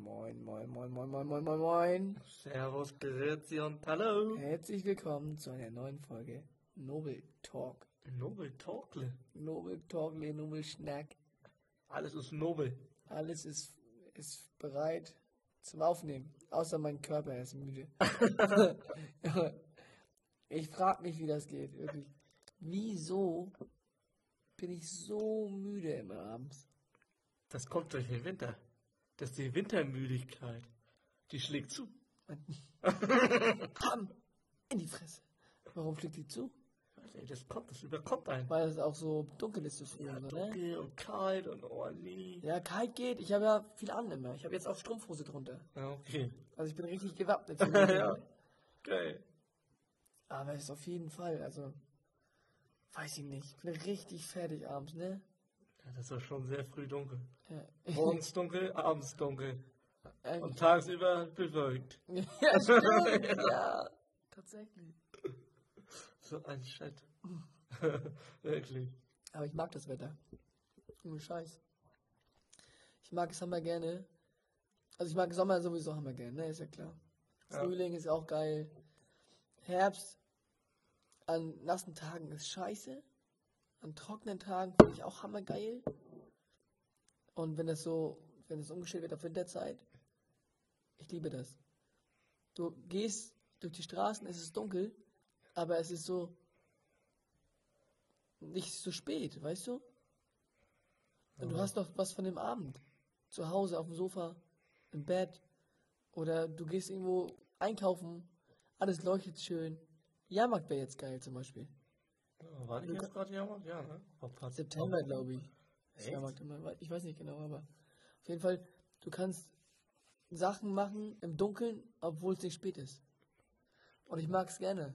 Moin, moin, moin, moin, moin, moin, moin. Servus, Grüezi und Hallo. Herzlich willkommen zu einer neuen Folge Nobel Talk. Nobel Talkle. Nobel Talk, Le Nobel Schnack. Alles ist nobel. Alles ist, ist bereit zum Aufnehmen. Außer mein Körper, er ist müde. ich frag mich, wie das geht, wirklich. Wieso bin ich so müde immer abends? Das kommt durch den Winter. Das ist die Wintermüdigkeit. Die schlägt zu. Bam! In die Fresse. Warum fliegt die zu? Also, Ey, Das kommt, das überkommt einen. Weil es auch so dunkel ist so früh, oder, ne? Dunkel und kalt und oh nee. Ja, kalt geht. Ich habe ja viel an immer. Ich habe jetzt auch Strumpfhose drunter. Ja, okay. Also ich bin richtig gewappnet. für den Ja. Winter. Geil. Aber es ist auf jeden Fall, also weiß ich nicht. Ich bin richtig fertig abends, ne? Ja, das war schon sehr früh dunkel. Ja. Morgens dunkel, abends dunkel. Oh. Und Eigentlich- tagsüber bewölkt. ja, stimmt, ja, tatsächlich. So ein Shit. Wirklich. Aber ich mag das Wetter. Ohne Scheiß. Ich mag es Hammer gerne. Also ich mag Sommer sowieso Hammer gerne, ne? Ist ja klar. Ja. Frühling ist auch geil. Herbst an nassen Tagen ist scheiße. An trockenen Tagen finde ich auch hammergeil. Und wenn es so, wenn es umgestellt wird auf Winterzeit, ich liebe das. Du gehst durch die Straßen, es ist dunkel, aber es ist so nicht so spät, weißt du? Und du Ja. hast noch was von dem Abend. Zu Hause, auf dem Sofa, im Bett. Oder du gehst irgendwo einkaufen, alles leuchtet schön. Jahrmarkt wäre jetzt geil zum Beispiel. Ja, War ich jetzt gerade Jahrmarkt? Ja, ne? Ob hat- September, glaube ich. Ist Echt? Jahrmarkt immer. Wa- Ich weiß nicht genau, aber auf jeden Fall, du kannst Sachen machen im Dunkeln, obwohl es nicht spät ist. Und ich mag es gerne.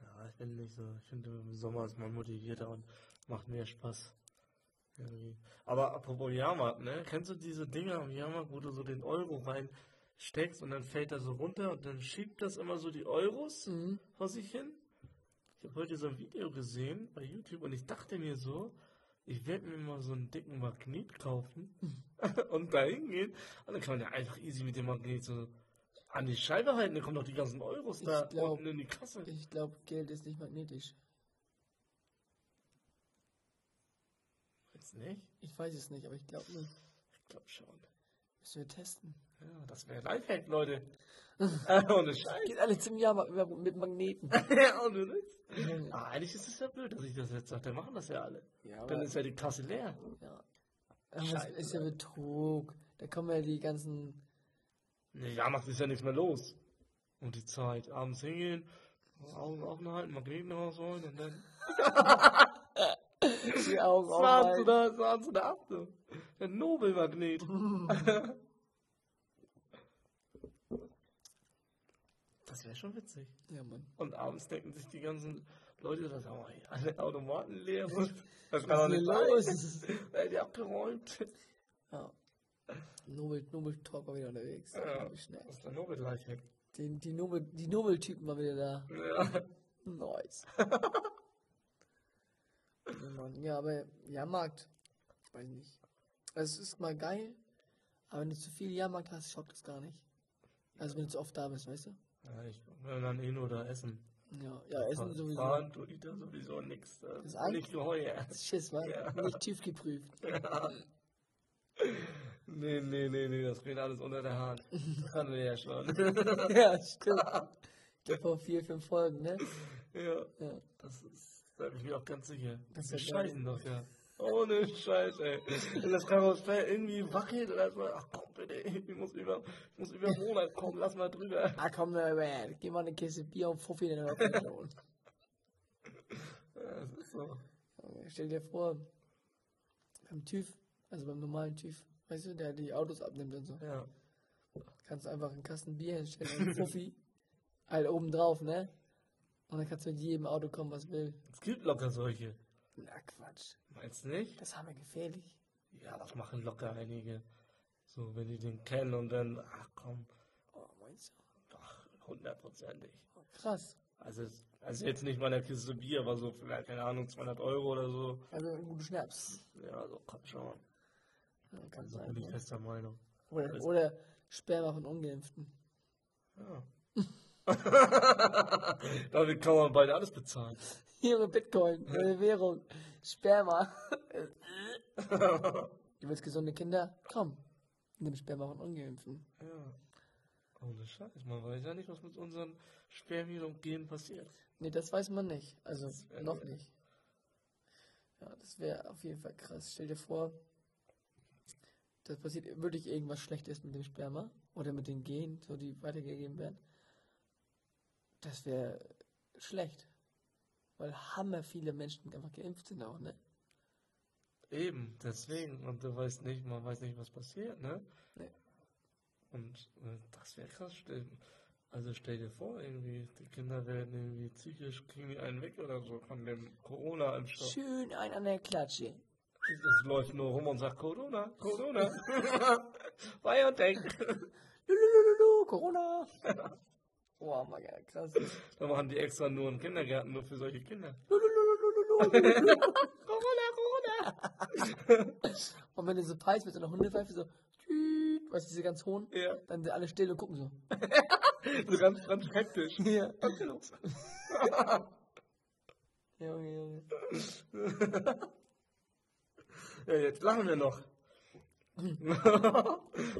Ja, ich bin nicht so. Ich finde, im Sommer ist man motivierter und macht mehr Spaß. Irgendwie. Aber apropos Jahrmarkt, ne? Kennst du diese Dinger am Jahrmarkt, wo du so den Euro reinsteckst und dann fällt er so runter und dann schiebt das immer so die Euros Mhm. vor sich hin? Ich habe heute so ein Video gesehen bei YouTube und ich dachte mir so, ich werde mir mal so einen dicken Magnet kaufen und da hingehen. Und dann kann man ja einfach easy mit dem Magnet so an die Scheibe halten, dann kommen doch die ganzen Euros Ich da glaub- unten in die Kasse. Ich glaube, Geld ist nicht magnetisch. Jetzt nicht? Ich weiß es nicht, aber ich glaube nicht. Ich glaube schon. Müssen wir testen. Ja, das wäre Lifehack, Leute. Äh, Ohne Scheiß. Geht alle zum Jahrmarkt immer mit Magneten. Ja, Ohne Witz. Ah, eigentlich ist es ja blöd, dass ich das jetzt sage. Dann machen das ja alle. Ja, Dann ist ja die Kasse leer. Ja. Aber das Scheiße. ist ja Betrug. Da kommen ja die ganzen. Nee, ja, macht ist ja nichts mehr los. Und die Zeit. Abends hingehen, Augen offen halten, Magneten rausholen und dann. Die Augen Schwarz aufhalten. oder, schwarz oder ab, so. Der Nobelmagnet. das wäre schon witzig. Ja, Mann. Und abends denken sich die ganzen Leute, dass oh, ey, alle Automaten leer sind. Das kann Was doch ist nicht hier sein. los? Da hätte ich abgeräumt. Ja. Nobel, Nobel Talk war wieder unterwegs. Ja. Wie Schnell. Das ist der Nobel-Lifehack. Die, die, Nobel, die Nobel-Typen waren wieder da. Ja. Nice. ja, Mann. ja, aber Jahrmarkt. Ich weiß nicht. Also, Es ist mal geil, aber wenn du zu viel Jahrmarkt hast, schockt es gar nicht. Also wenn du zu oft da bist, weißt du? Ja, ich will dann eh nur da essen. Ja, ja Essen sowieso. Fahren tue ich da sowieso nichts. Das Das ist Ei- nicht geheuer. Schiss, war nicht tief geprüft. Nee, nee, nee, nee, das geht alles unter der Hand. Das kann wir ja schon. ja, stimmt. Ich glaub, vor vier, fünf Folgen, ne? ja, Ja. das ist, da bin ich mir auch ganz sicher. Das ist wir ja geil. scheißen doch ja. Ohne Scheiß, ey. Wenn das Karussell irgendwie wackelt, dann ist man, ach komm bitte, ich muss über, ich muss über den Monat kommen, lass mal drüber. Ah, komm, man, geh mal eine Kiste Bier und Fuffi in den Ofen. Ja, das ist so. Junge, Stell dir vor, beim TÜV, also beim normalen TÜV, weißt du, der die Autos abnimmt und so, Ja. kannst du einfach einen Kasten Bier hinstellen, einen Fuffi, halt oben drauf, ne? Und dann kannst du mit jedem Auto kommen, was will. Es gibt locker solche. Na Quatsch, Meinst du nicht? das haben wir gefährlich. Ja, das machen locker einige. So, wenn die den kennen und dann, ach komm, Oh, meinst du? ach, hundertprozentig. Oh, krass. Also, es- also jetzt nicht mal eine Kiste Bier, aber so vielleicht, keine Ahnung, 200 Euro oder so. Also ein guter Schnaps. Ja, so komm schon. Ja, kann Also sein. bin ich Ne? fester Meinung. Oder, Alles- oder Sperma von Ungeimpften. Ja. Damit kann man bald alles bezahlen. Ihre Bitcoin, ihre Währung, Sperma. ja. Du willst gesunde Kinder? Komm, nimm Sperma von Ungeimpften. Ohne Scheiß, man weiß ja nicht, was mit unseren Spermien und Genen passiert. Nee, das weiß man nicht. Also, wär noch geil. nicht. Ja, das wäre auf jeden Fall krass. Stell dir vor, das passiert wirklich irgendwas Schlechtes mit dem Sperma oder mit den Genen, so die weitergegeben werden. Das wäre schlecht. Weil hammer viele Menschen einfach geimpft sind auch, ne? Eben, deswegen. Und du weißt nicht, man weiß nicht, was passiert, ne? Nee. Und äh, das wäre krass. Stell, also stell dir vor, irgendwie, die Kinder werden irgendwie psychisch, kriegen die einen weg oder so von dem Corona-Impfstoff. Schön ein an der Klatsche. Das läuft nur rum und sagt Corona, Corona. Biontech. Lulululu, Corona! Boah, mein Gott, krass. Da machen die extra nur einen Kindergarten, nur für solche Kinder. Lulululululu. Corona, Corona. Und wenn du so peist mit so einer Hundepfeife, so, tschüt, weißt du, diese ganz hohen, Ja, dann sind alle still und gucken so. so ganz, ganz hektisch. Ja. Was ist los? Junge, Junge. Ja, jetzt lachen wir noch.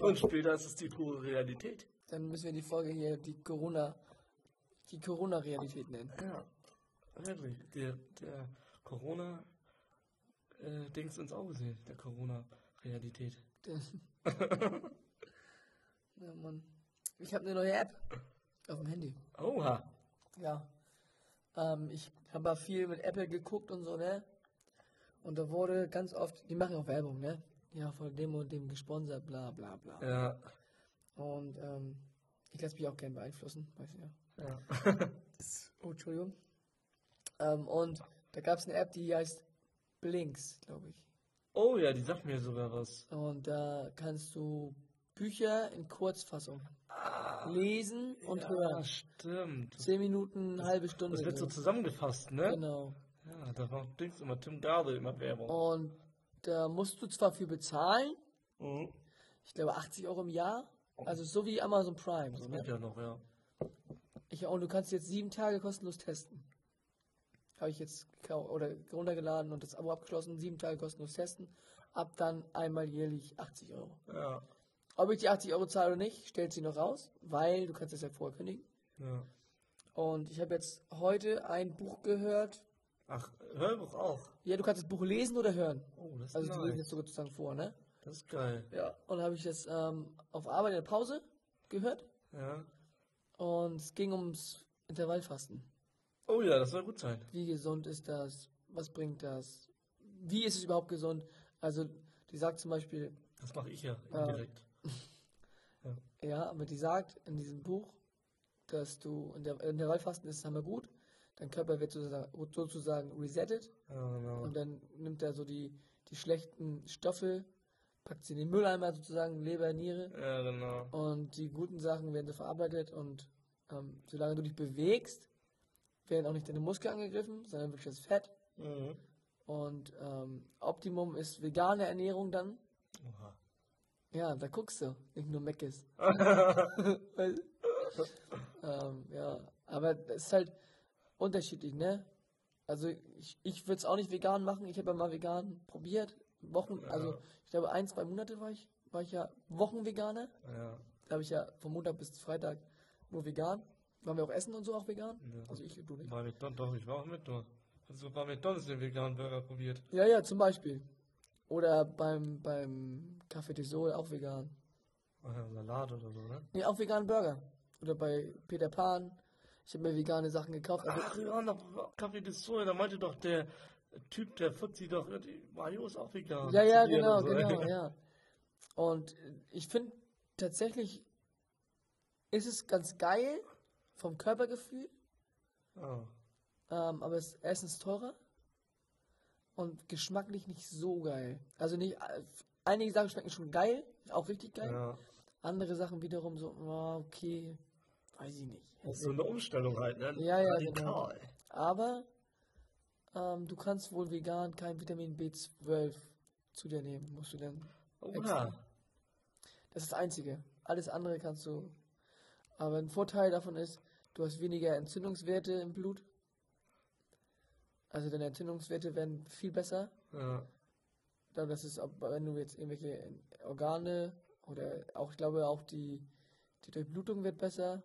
und später ist es die pure Realität. Dann müssen wir die Folge hier die Corona, die Corona-Realität nennen. Ja, wirklich. Der, der Corona-Dings ins Auge sehen, der Corona-Realität. ja, Mann. Ich habe eine neue App auf dem Handy. Oha. Ja. Ähm, ich habe ja viel mit Apple geguckt und so, ne? Und da wurde ganz oft, die machen auch Werbung, ne? Ja, von dem und dem gesponsert, bla bla bla. Ja. Und ähm, ich lasse mich auch gern beeinflussen, weiß ich ja. ja. Oh, Entschuldigung. Ähm, und da gab es eine App, die heißt Blinks, glaube ich. Oh ja, die sagt mir sogar was. Und da kannst du Bücher in Kurzfassung lesen und Ah. Ja, hören. stimmt. Zehn Minuten, halbe Stunde. Das wird so so. zusammengefasst, ne? Genau. Ja, da war Dings immer Tim Gabel immer Werbung. Und da musst du zwar für bezahlen, Mhm. ich glaube 80 Euro im Jahr, Oh. also so wie Amazon Prime. So, Das ne? geht ja noch, ja. ich, und du kannst jetzt sieben Tage kostenlos testen. Habe ich jetzt gekau- oder runtergeladen und das Abo abgeschlossen, sieben Tage kostenlos testen. Ab dann einmal jährlich 80 Euro. Ja. Ob ich die 80 Euro zahle oder nicht, stellt sie noch raus, weil du kannst das ja vorher kündigen. ja. Und ich habe jetzt heute ein Buch gehört. Ach, Hörbuch auch. Ja, du kannst das Buch lesen oder hören. Oh, das ist Also du lesen nice. jetzt sozusagen vor, ne? Das ist geil. Ja. Und habe ich das ähm, auf Arbeit in der Pause gehört. Ja. Und es ging ums Intervallfasten. Oh ja, das soll gut sein. Wie gesund ist das? Was bringt das? Wie ist es überhaupt gesund? Also, die sagt zum Beispiel, Das mache ich ja Ja. indirekt. ja, aber die sagt in diesem Buch, dass du in der Intervallfasten ist, haben wir gut. Dein Körper wird sozusagen, sozusagen resettet. Ja, genau. Und dann nimmt er so die, die schlechten Stoffe, packt sie in den Mülleimer sozusagen, Leber, Niere. Ja, genau. Und die guten Sachen werden so verarbeitet. Und ähm, solange du dich bewegst, werden auch nicht deine Muskeln angegriffen, sondern wirklich das Fett. Mhm. Und ähm, Optimum ist vegane Ernährung dann. Oha. Ja, da guckst du, nicht nur Meckes. Weil- ähm, ja, aber das ist halt unterschiedlich, ne? Also ich, ich würde es auch nicht vegan machen. Ich habe ja mal vegan probiert. Wochen, also ich glaube ein, zwei Monate war ich, war ich ja Wochenveganer. Ja. Da habe ich ja von Montag bis Freitag nur vegan. Waren wir auch essen und so auch vegan? Ja. Also ich und du nicht. Bei McDonalds, doch, ich war auch mit dort. Hast du bei McDonalds den veganen Burger probiert? Ja, ja, zum Beispiel. Oder beim, beim Café de Sol auch vegan. Ah, Salat oder so, ne? Nee, auch veganen Burger. Oder bei Peter Pan. Ich habe mir vegane Sachen gekauft. Also, Ach ja, noch Kaffee des Soja, da meinte doch der Typ, der Fuzzi doch, äh, Mario ist auch vegan. ja, ja, Zu dir genau, Ah, und so. genau, ja. Und äh, ich finde tatsächlich ist es ganz geil vom Körpergefühl, Ah, ähm, aber das Essen ist teurer und geschmacklich nicht so geil. Also nicht äh, einige Sachen schmecken schon geil, auch richtig geil. ja. Andere Sachen wiederum so, ah, okay, weiß ich nicht. Das ist so eine Umstellung halt, ne? Ja, ja, genau. Radikal. Aber ähm, du kannst wohl vegan kein Vitamin B12 zu dir nehmen, musst du dann. Oha. Extra. Das ist das Einzige. Alles andere kannst du. Aber ein Vorteil davon ist, du hast weniger Entzündungswerte im Blut. Also deine Entzündungswerte werden viel besser. Ja. glaube, das ist, ob- wenn du jetzt irgendwelche Organe oder auch, ich glaube, auch die, die Durchblutung wird besser.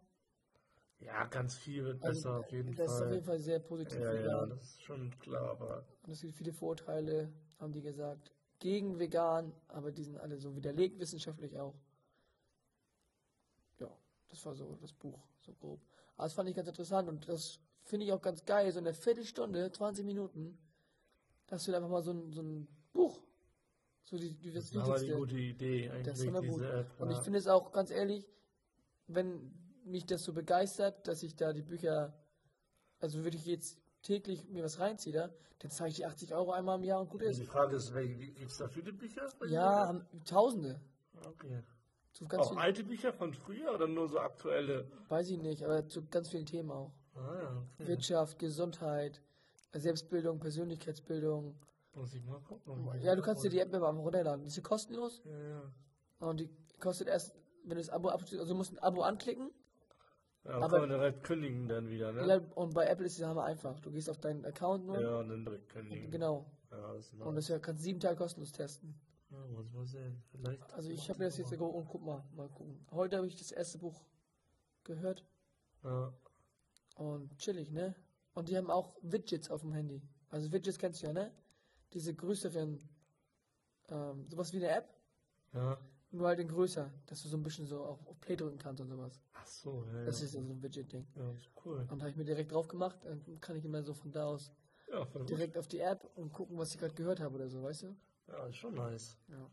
ja, ganz viel wird Also, besser auf jeden Das ist auf jeden Fall. Fall sehr positiv. Ja, für ja, Vegan. das ist schon klar, aber Und es gibt viele Vorurteile, haben die gesagt, gegen vegan, aber die sind alle so widerlegt, wissenschaftlich auch. Ja, das war so das Buch, so grob. Aber das fand ich ganz interessant und das finde ich auch ganz geil, so eine Viertelstunde, 20 Minuten, dass du da einfach mal so ein, so ein Buch, so die, die das das war die Wichtigste. gute Idee, Das eigentlich, ist immer gut. diese App. Und ich ja. finde es auch ganz ehrlich, wenn mich das so begeistert, dass ich da die Bücher, also würde ich jetzt täglich mir was reinziehen, da, dann zahle ich die 80 Euro einmal im Jahr und gut ist. Die Frage ist, gibt es da viele Bücher? bei dir? Ja, haben Tausende. Okay. Zu ganz Auch vielen, alte Bücher von früher oder nur so aktuelle? weiß ich nicht, aber zu ganz vielen Themen auch. Ah ja, okay. Wirtschaft, Gesundheit, Selbstbildung, Persönlichkeitsbildung. Muss ich mal gucken. Ja, du kannst dir die App immer einfach runterladen. Die ist ja kostenlos Ja, ja. und die kostet erst, wenn du das Abo abschließt, also du musst ein Abo anklicken ja aber Aber- kann man direkt kündigen dann wieder, ne? und bei Apple ist die Sache einfach. Du gehst auf deinen Account nur Ja, und dann direkt kündigen. Genau. Ja, das ist Und nice. das kannst du sieben Tage kostenlos testen. ja, muss man sehen. Vielleicht Also ich habe mir das jetzt geguckt und guck mal, mal gucken. Heute habe ich das erste Buch gehört Ja, und chillig, ne? Und die haben auch Widgets auf dem Handy. Also Widgets kennst du ja, ne? Diese größeren, ähm, sowas wie eine App, ja. nur halt in größer, dass du so ein bisschen so auf, auf Play drücken kannst und sowas. Ach so, ja. Das ja. ist ja so ein Widget-Ding. ja, ist cool. Und da habe ich mir direkt drauf gemacht, dann kann ich immer so von da aus Ja, voll gut. direkt auf die App und gucken, was ich gerade gehört habe oder so, weißt du? Ja, ist schon nice. Ja.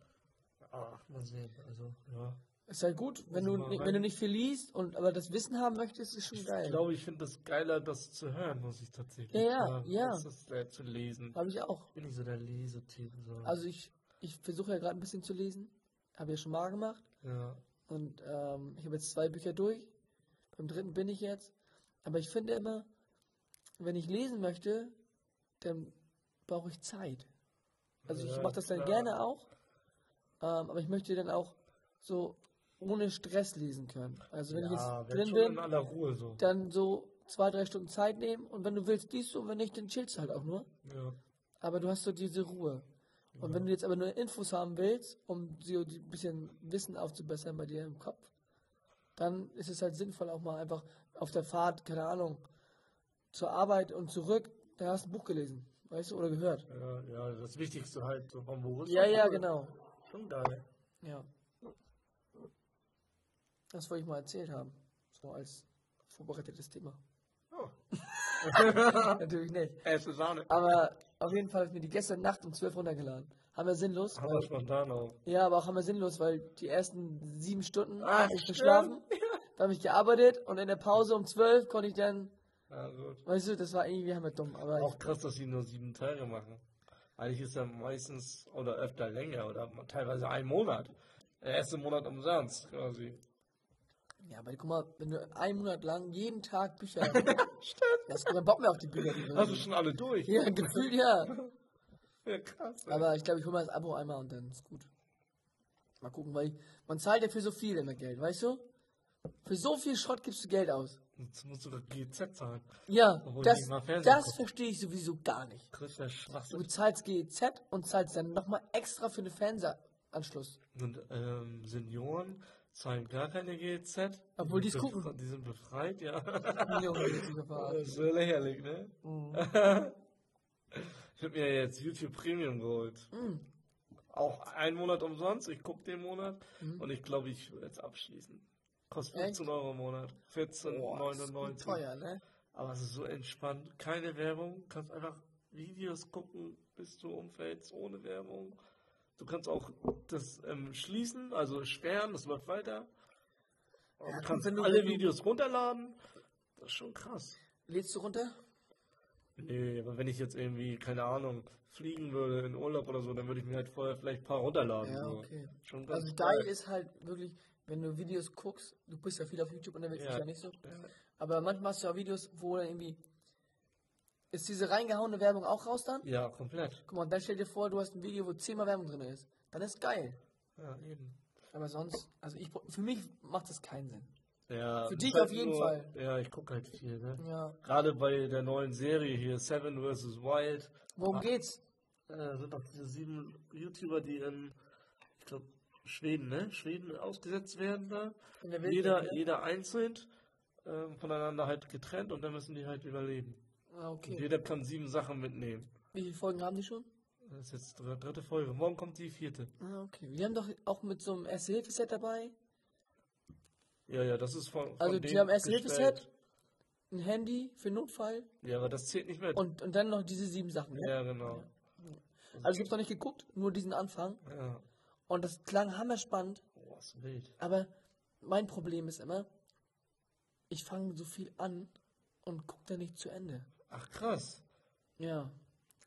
Ach, mal sehen. Also, ja. Ist halt gut, wenn Also du, mal ni- rein. wenn du nicht viel liest und aber das Wissen haben möchtest, ist schon Ich geil. glaube, ich finde das geiler, das zu hören, muss ich tatsächlich Ja, ja, sagen, ja. als das äh, zu lesen. Habe ich auch. Ich bin nicht so der Lesetyp. So. Also ich, ich versuche ja gerade ein bisschen zu lesen. Habe ja schon mal gemacht. ja. Und ähm, ich habe jetzt zwei Bücher durch. Beim dritten bin ich jetzt. Aber ich finde immer, wenn ich lesen möchte, dann brauche ich Zeit. Also ich Ja, mache das dann klar. gerne auch. Ähm, aber ich möchte dann auch so ohne Stress lesen können. Also wenn ja, ich jetzt wenn drin schon in bin, aller Ruhe so. dann so zwei, drei Stunden Zeit nehmen. Und wenn du willst, liest du. Und wenn nicht, dann chillst du halt auch nur. Ja. Aber du hast so diese Ruhe. Und wenn du jetzt aber nur Infos haben willst, um so die- ein bisschen Wissen aufzubessern bei dir im Kopf, dann ist es halt sinnvoll, auch mal einfach auf der Fahrt, keine Ahnung, zur Arbeit und zurück, da hast du ein Buch gelesen, weißt du, oder gehört. Ja, ja, das Wichtigste halt so vom Bewusstsein. Ja, ja, genau. Schon geil. Ja. Das wollte ich mal erzählt haben. So als vorbereitetes Thema. Oh. Natürlich nicht. Ey, Äh, Susanne. Aber auf jeden Fall habe ich mir die gestern Nacht um 12 runtergeladen. Haben wir sinnlos. Haben wir spontan auf. Ja, aber auch haben wir sinnlos, weil die ersten sieben Stunden Ah, habe ich stimmt. geschlafen, da habe ich gearbeitet und in der Pause um zwölf konnte ich dann, Ja, gut. weißt du, das war irgendwie haben wir dumm, aber Auch krass, dass sie nur sieben Teile machen. Eigentlich ist er meistens oder öfter länger oder teilweise ein Monat. Der erste Monat umsonst quasi. ja, aber guck mal, wenn du einen Monat lang jeden Tag Bücher hast, das kommt kein Bock mehr auf die Bücher. die du Hast liest. du Also schon alle durch? Also, ja, gefühlt ja. Ja, krass. ey. Aber ich glaube, ich hole mal das Abo einmal und dann ist gut. Mal gucken, weil man zahlt ja für so viel immer Geld, weißt du? Für so viel Schrott gibst du Geld aus. Jetzt musst du das GZ zahlen. Ja, Obwohl ich das, nicht mal Fernsehen das guck. verstehe ich sowieso gar nicht. Größter Du Schwachsinn. zahlst GEZ und zahlst dann nochmal extra für den Fernsehanschluss. Und ähm, Senioren zahlen gar keine GZ. Obwohl die's sind bef- gucken. Die sind befreit, ja. Junge, das ist überall. Das ist so lächerlich, ne? ich hab mir jetzt YouTube Premium geholt. Mhm. Auch einen Monat umsonst. Ich guck den Monat. Und ich glaube, ich will jetzt abschließen. Kostet Echt? 15 Euro im Monat. Boah, das ist gut 14,99. teuer, ne? Aber es ist so entspannt. Keine Werbung. Kannst einfach Videos gucken, bis du umfällst, ohne Werbung. Du kannst auch das ähm, schließen, also sperren, das läuft weiter. Und Ja, kannst wenn du- alle wenn du- Videos runterladen. Das ist schon krass. Lädst du runter? Nee, aber wenn ich jetzt irgendwie, keine Ahnung, fliegen würde in Urlaub oder so, dann würde ich mir halt vorher vielleicht ein paar runterladen. Ja, so. okay. Schon ganz Also geil ist halt wirklich, wenn du Videos guckst, du bist ja viel auf YouTube unterwegs, Ja. ich ja nicht so. Ja. Aber manchmal hast du ja Videos, wo dann irgendwie. Ist diese reingehauene Werbung auch raus dann? Ja, komplett. Guck mal, und dann stell dir vor, du hast ein Video, wo zehnmal Werbung drin ist. Dann ist geil. Ja, eben. Aber sonst, also ich, bra- für mich macht das keinen Sinn. Ja, Für das dich ist halt auf jeden Fall. Ja, ich gucke halt viel, ne? Ja. Gerade bei der neuen Serie hier, Seven vs. Wild, Worum Ah. geht's? äh, sind doch diese sieben YouTuber, die in, ich glaube, Schweden, ne? Schweden ausgesetzt werden da. In der Jeder, Wildnis, jeder einzeln, ähm, voneinander halt getrennt und dann müssen die halt überleben. ne? Ah, Und okay. jeder kann sieben Sachen mitnehmen. Wie viele Folgen haben die schon? Das ist jetzt die dritte Folge. Morgen kommt die vierte. Ah, okay. Wir haben doch auch mit so einem Erste-Hilfe-Set dabei. Ja, ja, das ist von. von Also, die denen haben erst ein gestellt. Hilfeset, ein Handy für Notfall Ja, aber das zählt nicht mehr. und, und dann noch diese sieben Sachen. ne? ja, genau. Also ich habe noch nicht geguckt, nur diesen Anfang. Ja. Und das klang hammerspannend, Boah, ist wild. aber mein Problem ist immer, ich fange so viel an und gucke dann nicht zu Ende. Ach, krass. Ja.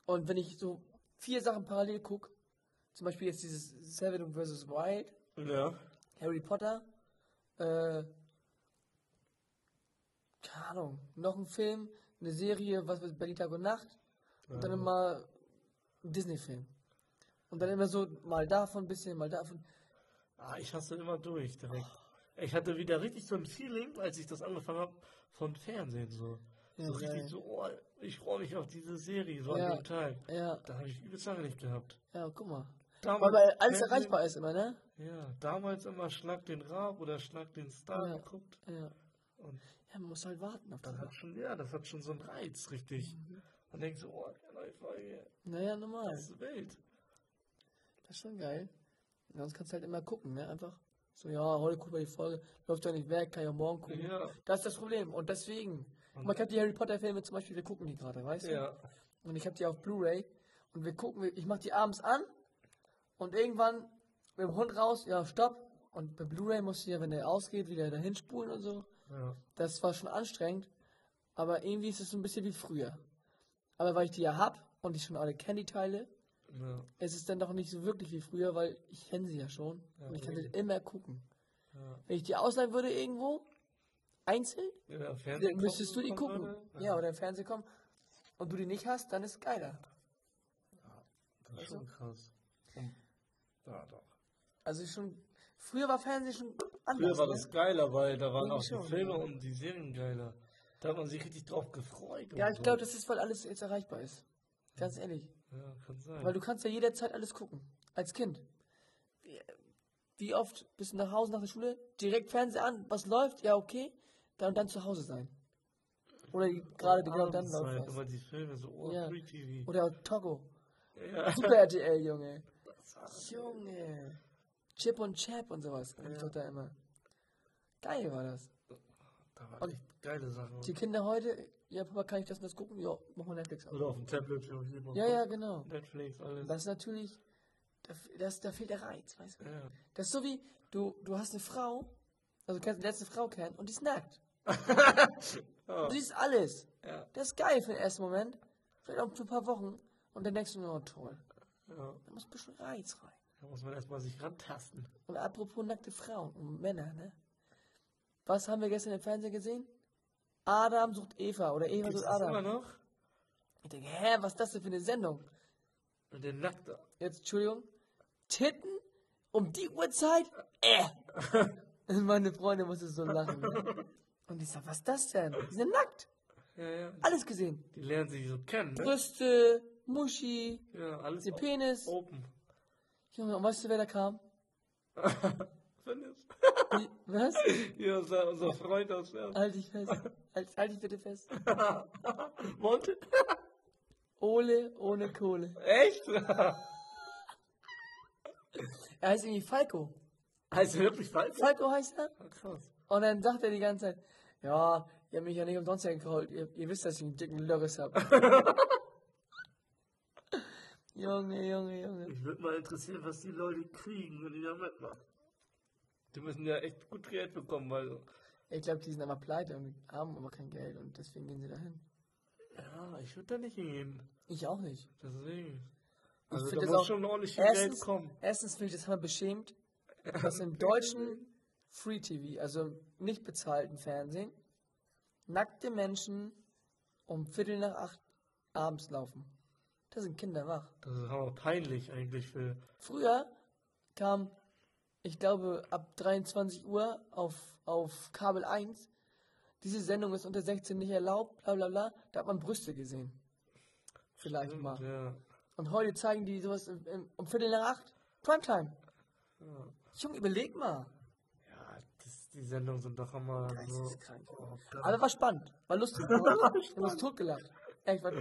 Und wenn ich so vier Sachen parallel gucke, zum Beispiel jetzt dieses Seven vs. Wild, Ja. Harry Potter, äh, keine Ahnung, noch ein Film, eine Serie, was weiß Berlin Tag und Nacht, und dann immer ein Disney-Film. Und dann immer so mal davon ein bisschen, mal davon. Ah, ich hasse immer durch direkt. Ich hatte wieder richtig so ein Feeling, als ich das angefangen habe, von Fernsehen so. Ja, so geil. richtig so, oh, ich freue mich auf diese Serie so Ja. an dem Tag. Ja, Da habe ich übelst lange nicht gehabt. ja, guck mal. Damals Weil alles Fernsehen- erreichbar ist immer, ne? Ja, damals immer Schlag den Raab oder Schlag den Star Ja. geguckt. Ja. Und ja, man muss halt warten auf das. das hat schon, ja, das hat schon so einen Reiz, richtig. Mhm. Man denkt so, oh, eine neue Folge, Naja, normal. das ist wild. Das ist schon geil. Sonst kannst du halt immer gucken, ne? Einfach so, ja, heute gucken wir die Folge, läuft doch nicht weg, kann ich auch morgen gucken. Ja. Das ist das Problem. Und deswegen, man kann die Harry Potter-Filme zum Beispiel, wir gucken die gerade, weißt du? Ja, Und ich habe die auf Blu-ray und wir gucken, ich mache die abends an und irgendwann mit dem Hund raus, ja, stopp. Und bei Blu-ray musst du ja, wenn der ausgeht, wieder dahin spulen und so. ja. Das war schon anstrengend, aber irgendwie ist es so ein bisschen wie früher. Aber weil ich die ja hab und ich schon alle kenne, die Teile, ja. es ist dann doch nicht so wirklich wie früher, weil ich kenne sie ja schon Ja, und ich kann sie eben. immer gucken. Ja. Wenn ich die ausleihen würde irgendwo, einzeln, Ja, dann Fernsehen müsstest du die kommt gucken. gerade. Ja. oder im Fernsehen kommen. Und du die nicht hast, dann ist es geiler. Das ist schon krass. Und, ja, doch. Also ist schon, früher war Fernsehen schon anders. Früher war ne? das geiler, weil da waren Irgendwie auch schon, die Filme ja. und die Serien geiler. Da hat man sich richtig drauf gefreut. ja, und ich so. glaube, das ist, weil alles jetzt erreichbar ist. Ganz ehrlich. Ja, kann sein. Weil du kannst ja jederzeit alles gucken. Als Kind. Wie- Wie oft bist du nach Hause nach der Schule? Direkt Fernseher an, was läuft? Ja, okay. Dann, dann zu Hause sein. Oder die- gerade genau dann Abends halt läuft was. immer die Filme so, oh, Ja. Free TV. Oder Togo. Ja. Super RTL, Junge. Junge. Chip und Chap und sowas. Ja. Doch da immer. Geil war das. Da waren echt geile Sachen. Die Kinder heute, ja, Papa, kann ich das und das gucken? Ja, mach mal Netflix auf. Oder auf dem Tablet. Ja, hier mal Ja, ja, genau. Netflix, alles. Das ist natürlich, da, f- das, da fehlt der Reiz, weißt du? Ja. Das ist so wie, du, du hast eine Frau, also du kannst die letzte Frau kennen und die ist nackt. Ja. Du siehst alles. Ja. Das ist geil für den ersten Moment, vielleicht auch für ein paar Wochen und dann denkst du nur, oh toll, ja. da muss ein bisschen Reiz rein. Da muss man erstmal sich rantasten. Und apropos nackte Frauen und Männer, ne? Was haben wir gestern im Fernsehen gesehen? Adam sucht Eva oder Eva Gibt's sucht das immer Adam. noch? Ich denke, hä, was ist das denn für eine Sendung? Und der nackte. Jetzt, Entschuldigung, Titten um die Uhrzeit? Äh. Meine Freundin musste so lachen. Ne? Und ich sag, was ist das denn? Die sind nackt. Ja, ja. Alles gesehen. Die lernen sich so kennen, ne? Brüste, Muschi, Ja, alles der o- Penis. open. Junge, und weißt du, wer da kam? Findest? Die, was? Ja, unser, unser Freund aus Fernsehen. Halt dich fest. Halt, halt dich bitte fest. Monte? Ole ohne Kohle. Echt? Er heißt irgendwie Falco. Heißt er wirklich falsch? Falco heißt er. Ah, Krass. Und dann sagt er die ganze Zeit, ja, ihr habt mich ja nicht umsonst hergeholt. Ihr, ihr wisst, dass ich einen dicken Lörres habe. Junge, Junge, Junge. Ich würde mal interessieren, was die Leute kriegen, wenn die da mitmachen. Die müssen ja echt gut Geld bekommen, weil. Ich glaube, die sind einfach pleite und haben aber kein Geld und deswegen gehen sie dahin. Ja, ich würde da nicht hingehen. Ich auch nicht. Deswegen. Ich Also, find da das muss auch- schon ordentlich viel Geld Erstens, kommen. erstens finde ich das immer beschämt, dass im deutschen Free TV, also im nicht bezahlten Fernsehen, nackte Menschen um Viertel nach acht abends laufen. Da sind Kinder wach. Das ist aber peinlich eigentlich für. Früher kam ich glaube, ab 23 Uhr auf, auf Kabel 1, diese Sendung ist unter 16 nicht erlaubt, bla bla bla, da hat man Brüste gesehen. Vielleicht mal. Ja. Und heute zeigen die sowas im, im, um Viertel nach acht, Primetime. Ja. Junge, überleg mal. Ja, das, die Sendungen sind doch immer so. Geisteskrank. Oh, Aber war spannend, war lustig. Ich hab uns totgelacht. Echt, war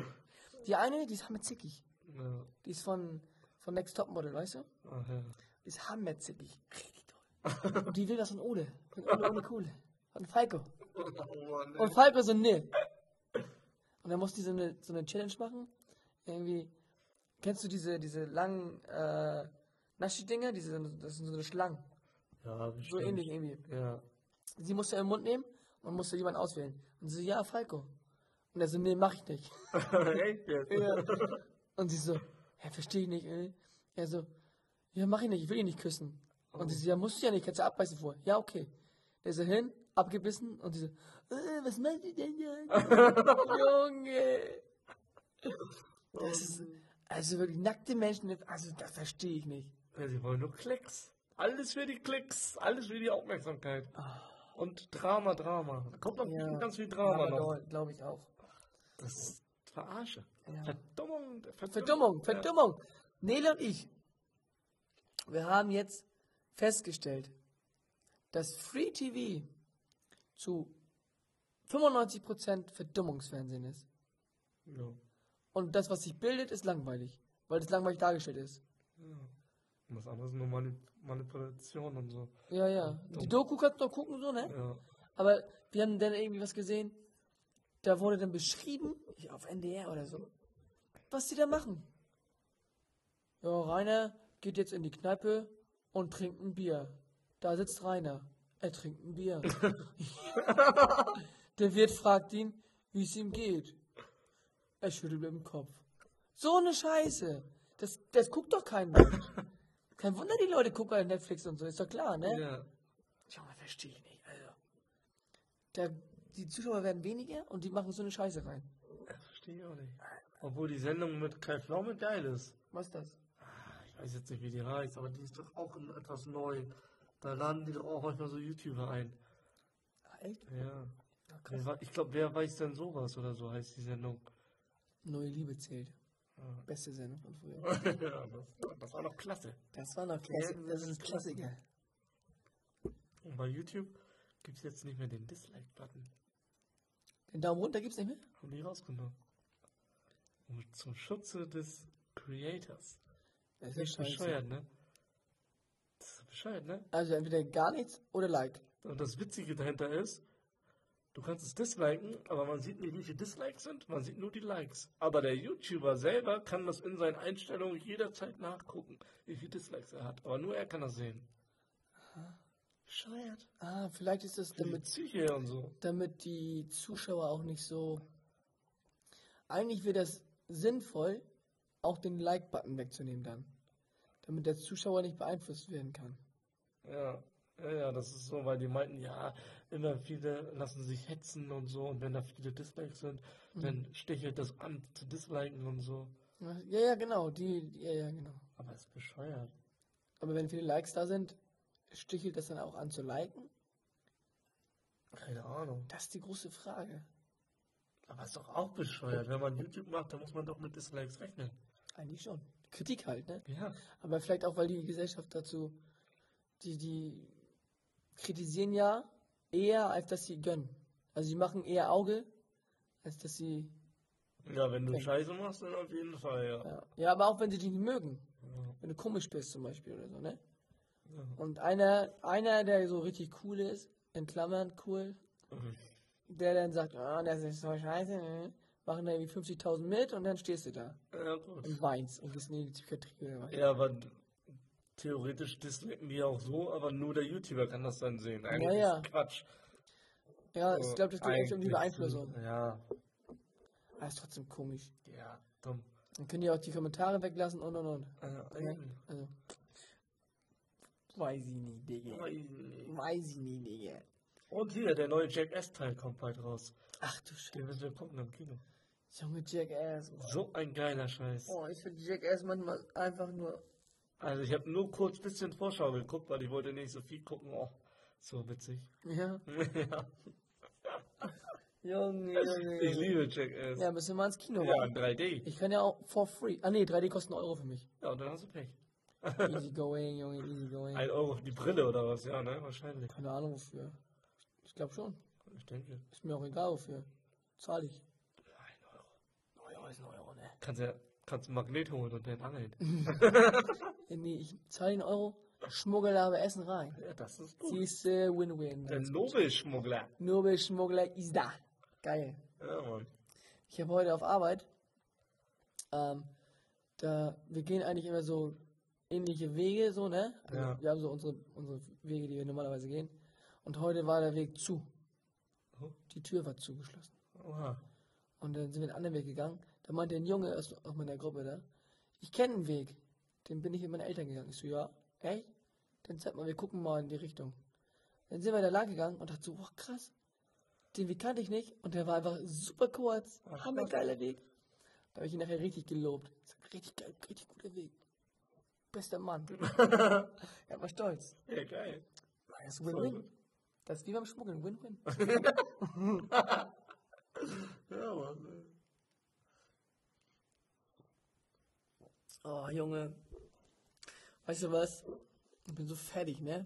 Die eine, die ist hammerzickig. ja. Die ist von, von Next Top Model, weißt du? Ach, ja. Die ist hammerzickig. Richtig toll. Und die will was von Ole. Von Ole ohne Kohle. Von Falco. Und Falco so, nee. Und dann musste die so eine, so eine Challenge machen. Irgendwie, kennst du diese, diese langen äh, Naschi-Dinger? Diese, das sind so eine Schlange. ja, So bestimmt. ähnlich irgendwie. Ja. Sie musste ihren Mund nehmen und musste jemanden auswählen. Und sie so, ja, Falco. Und er so, nee, mach ich nicht. Echt jetzt? Ja. Und sie so, ja, verstehe ich nicht, ey. Er so, ja, mach ich nicht, ich will ihn nicht küssen. Und sie so, ja, musst du ja nicht, kannst du abbeißen vor. Ja, okay. Der so hin, abgebissen und sie so, äh, was machst du denn da? Junge! Das ist, also wirklich nackte Menschen, also das verstehe ich nicht. Ja, Äh, sie wollen nur Klicks. Alles für die Klicks, alles für die Aufmerksamkeit. Und Drama, Drama. Da kommt noch Ja. ganz viel Drama noch. glaube ich auch. Das ist Verarsche. Ja. Verdummung. Verdummung. Verdummung, Ja. Verdummung. Nele und ich, wir haben jetzt festgestellt, dass Free TV zu 95% Verdummungsfernsehen ist. Ja. Und das, was sich bildet, ist langweilig, weil das langweilig dargestellt ist. Und das andere ist nur Manip Manipulation und so. Ja, ja. Die Doku kannst du noch gucken, so, ne? Ja. Aber wir haben dann irgendwie was gesehen, da wurde dann beschrieben, ich- auf NDR oder so, was die da machen. Ja, Rainer geht jetzt in die Kneipe und trinkt ein Bier. Da sitzt Rainer. Er trinkt ein Bier. Der Wirt fragt ihn, wie es ihm geht. Er schüttelt mit dem Kopf. So eine Scheiße. Das, das guckt doch kein Mensch. Kein Wunder, die Leute gucken halt Netflix und so. Ist doch klar, ne? ja. Junge, verstehe ich nicht. Also, da, die Zuschauer werden weniger und die machen so eine Scheiße rein. Verstehe ich auch nicht. Obwohl die Sendung mit Kai Pflaume geil ist. Was ist das? Ich weiß jetzt nicht, wie die heißt, aber die ist doch auch in- etwas neu. Da laden die doch auch manchmal so YouTuber ein. Ah, echt? Ja. Ja, krass. Wer wa- Ich glaube, wer weiß denn sowas oder so heißt die Sendung. Neue Liebe zählt. Ja. Beste Sendung von früher. Ja, das, das war noch klasse. Das war noch klasse. Ja, Das ist ein Klassiker. Und bei YouTube gibt es jetzt nicht mehr den Dislike-Button. Den Daumen runter gibt's nicht mehr? Haben die rausgenommen. Und zum Schutze des Creators. Das ist Echt ja scheiße. bescheuert, ne? Das ist bescheuert, ne? Also entweder gar nichts oder Like. Und das Witzige dahinter ist, du kannst es disliken, aber man sieht nicht, wie viele Dislikes sind, man sieht nur die Likes. Aber der YouTuber selber kann das in seinen Einstellungen jederzeit nachgucken, wie viele Dislikes er hat. Aber nur er kann das sehen. Bescheuert. Ah, vielleicht ist das Mit damit Psyche und so. damit die Zuschauer auch nicht so. Eigentlich wäre das sinnvoll, auch den Like-Button wegzunehmen dann. Damit der Zuschauer nicht beeinflusst werden kann. Ja, ja, ja, das ist so, weil die meinten, ja, immer viele lassen sich hetzen und so, und wenn da viele Dislikes sind, dann stichelt das an zu disliken und so. Ja, ja, genau. Die, die- ja, ja, genau. Aber ist bescheuert. Aber wenn viele Likes da sind, stichelt das dann auch an zu liken? Keine Ahnung. Das ist die große Frage. Aber ist doch auch bescheuert. Wenn man YouTube macht, dann muss man doch mit Dislikes rechnen. Eigentlich schon. Kritik halt, ne? Ja. Aber vielleicht auch, weil die Gesellschaft dazu, die, die kritisieren ja eher, als dass sie gönnen. Also sie machen eher Auge, als dass sie. Ja, wenn du Okay. Scheiße machst, dann auf jeden Fall, ja. Ja, ja aber auch wenn sie dich nicht mögen. Ja. Wenn du komisch bist zum Beispiel oder so, ne? Ja. Und einer, einer, der so richtig cool ist, in Klammern cool, Mhm. der dann sagt, ah, das ist so scheiße, ne? machen da irgendwie 50.000 mit und dann stehst du da Ja, gut. und weinst und gehst in die Psychiatrie oder was. Ja, aber d- theoretisch disliken die auch so, aber nur der YouTuber kann das dann sehen. Eigentlich Ja, ja. ist Quatsch. Ja, ich glaube, das geht echt um die Eigentlich- Beeinflussung. Ja, Aber Ah, ist trotzdem komisch. ja, dumm. Dann könnt ihr auch die Kommentare weglassen und und und. Äh, Ja, Ne? eben. Also. Weiß ich nie, Digga. Weiß ich nie, Digga. Und hier, der neue Jack S-Teil kommt bald raus. Ach du Scheiße. Den müssen wir gucken im Kino. Junge Jackass. So ein geiler Scheiß. Oh, ich finde Jackass manchmal einfach nur Also ich habe nur kurz ein bisschen Vorschau geguckt, weil ich wollte nicht so viel gucken. Oh, so witzig. Ja. ja. Junge, Junge. Ich liebe Jack S. Äh, Ja, müssen wir mal ins Kino Ja, machen. in 3D. Ich kann ja auch for free. Ah nee, 3D kostet einen Euro für mich. Ja, und dann hast du Pech. Easy going, Junge, easy going. Ein Euro für die Brille oder was? Ja, ne? Wahrscheinlich. Keine Ahnung wofür. Ich glaube schon. Ich denke. Ist mir auch egal wofür. Zahle ich. Ein Euro. 9 Euro ist 9 Euro, ne? Kannst ja kannst einen Magnet holen und den angeln. Äh, Nee, ich zahle den Euro, schmuggel aber Essen rein. Ja, das ist gut. Siehst du, Win-Win. Der Nobelschmuggler. Nobelschmuggler ist da. Geil. Ja, Mann. Ich habe heute auf Arbeit, ähm, da, wir gehen eigentlich immer so ähnliche Wege, so, ne? Also Ja. Wir haben so unsere, unsere Wege, die wir normalerweise gehen. Und heute war der Weg zu. Oh. Die Tür war zugeschlossen. Oha. Und dann sind wir einen anderen Weg gegangen. Da meinte ein Junge aus, aus meiner Gruppe da, ich kenne einen Weg. Den bin ich mit meinen Eltern gegangen. Ich so, ja, echt? Dann zeig mal, wir gucken mal in die Richtung. Dann sind wir da lang gegangen und dachte so, wow, krass. Den Weg kannte ich nicht und der war einfach super kurz. Ach, Hammergeiler Weg. Da habe ich ihn nachher richtig gelobt. Ich sag, richtig geil, richtig guter Weg. Bester Mann. er war stolz. Ja, geil. Das ist Voll Win-Win. gut. Das ist wie beim Schmuggeln, Win-Win. Ja, Mann. Oh, Junge. Weißt du was? Ich bin so fertig, ne?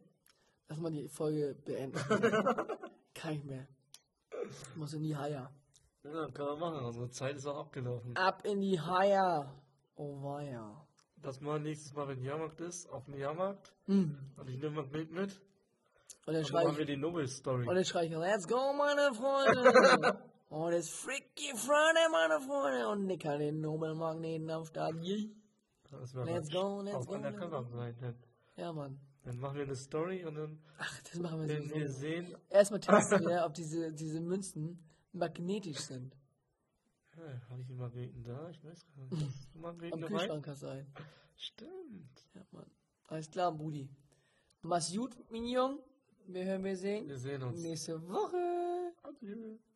Lass mal die Folge beenden. Kann ich mehr. Ich muss in die Haier. Ja, kann man machen. Unsere Zeit ist auch abgelaufen. Ab in die Haier. Oh, weia. Dass man nächstes Mal, wenn Jahrmarkt ist, auf den Jahrmarkt Hm. und ich nehme Magnet mit, Und dann dann machen schrei wir ich, die Nobel-Story. und dann schrei ich, let's go, meine Freunde. Und das Freaky Friday, meine Freunde. Und ich kann den Nobelmagneten am Start. Yeah. Dass wir Let's auf- go, let's auf go, let's Undercover sein. Dann, Ja, Mann. dann machen wir eine Story und dann Ach, das machen wir werden wir sowieso. sehen. Erstmal testen wir, ob diese, diese Münzen magnetisch sind. Ja, äh, Habe ich den Magneten da? Ich weiß gar nicht. Hast du Magneten Am dabei? Kühlschrank hast du einen. Stimmt. Ja, Mann. Alles klar, Brudi. Mach's gut, Mignon. Wir hören, wir sehen. Wir sehen uns. Nächste Woche. Adieu.